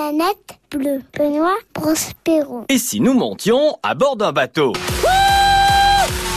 Planète bleue. Benoît Prospero. Et si nous montions à bord d'un bateau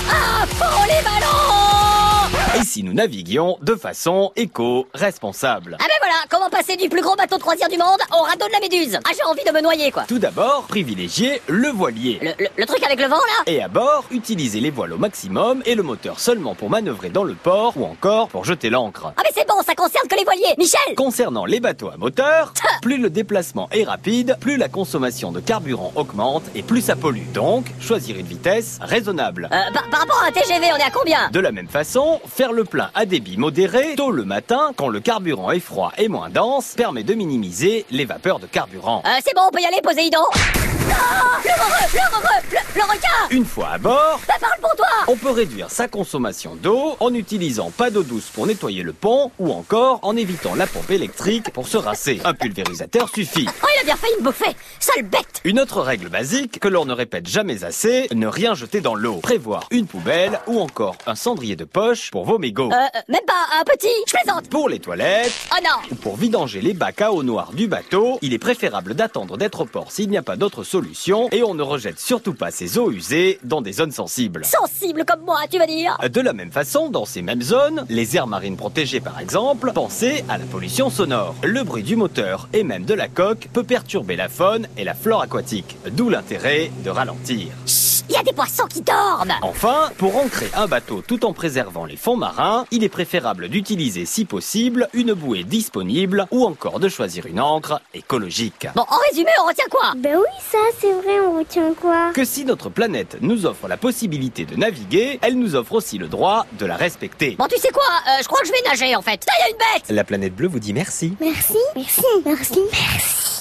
Ah, pour les ballons Et si nous naviguions de façon éco-responsable Ah ben voilà, comment passer du plus gros bateau de croisière du monde au radeau de la Méduse Ah, j'ai envie de me noyer, quoi. Tout d'abord, privilégier le voilier. Le, le- le truc avec le vent, là Et à bord, utiliser les voiles au maximum et le moteur seulement pour manœuvrer dans le port ou encore pour jeter l'ancre. Ah mais c'est bon, ça concerne que les voiliers. Michel Concernant les bateaux à moteur, plus le déplacement est rapide, plus la consommation de carburant augmente et plus ça pollue. Donc, choisir une vitesse raisonnable. Euh, par, par rapport à un TGV, on est à combien De la même façon, faire le plein à débit modéré tôt le matin quand le carburant est froid et moins dense permet de minimiser les vapeurs de carburant. euh, C'est bon, on peut y aller, Poséidon Ah Le moreux, le moreux, le, le requin Une fois à bord, Ça parle pour toi on peut réduire sa consommation d'eau en n'utilisant pas d'eau douce pour nettoyer le pont ou encore en évitant la pompe électrique pour se rasser. Un pulvérisateur suffit. Oh, il a bien failli me bouffer Sale bête Une autre règle basique que l'on ne répète jamais assez, ne rien jeter dans l'eau. Prévoir une poubelle ou encore un cendrier de poche pour vos mégots. euh, euh, même pas un petit Je plaisante Pour les toilettes, Oh non ou pour vidanger les bacs à eau noire du bateau, il est préférable d'attendre d'être au port s'il n'y a pas d'autre solution et on ne rejette surtout pas ces eaux usées dans des zones sensibles. Sensible comme moi, tu vas dire De la même façon, dans ces mêmes zones, les aires marines protégées par exemple, pensez à la pollution sonore. Le bruit du moteur et même de la coque peut perturber la faune et la flore aquatique, d'où l'intérêt de ralentir. Chut, il y a des poissons qui dorment Enfin, pour ancrer un bateau tout en préservant les fonds marins, il est préférable d'utiliser si possible une bouée disponible ou encore de choisir une ancre écologique. Bon, en résumé, on retient quoi Ben oui, ça, c'est vrai, on retient quoi Que si notre planète nous offre la possibilité de naviguer, elle nous offre aussi le droit de la respecter. Bon, tu sais quoi Euh, Je crois que je vais nager, en fait. Putain, il y a une bête La planète bleue vous dit merci. Merci. Merci. Merci. Merci.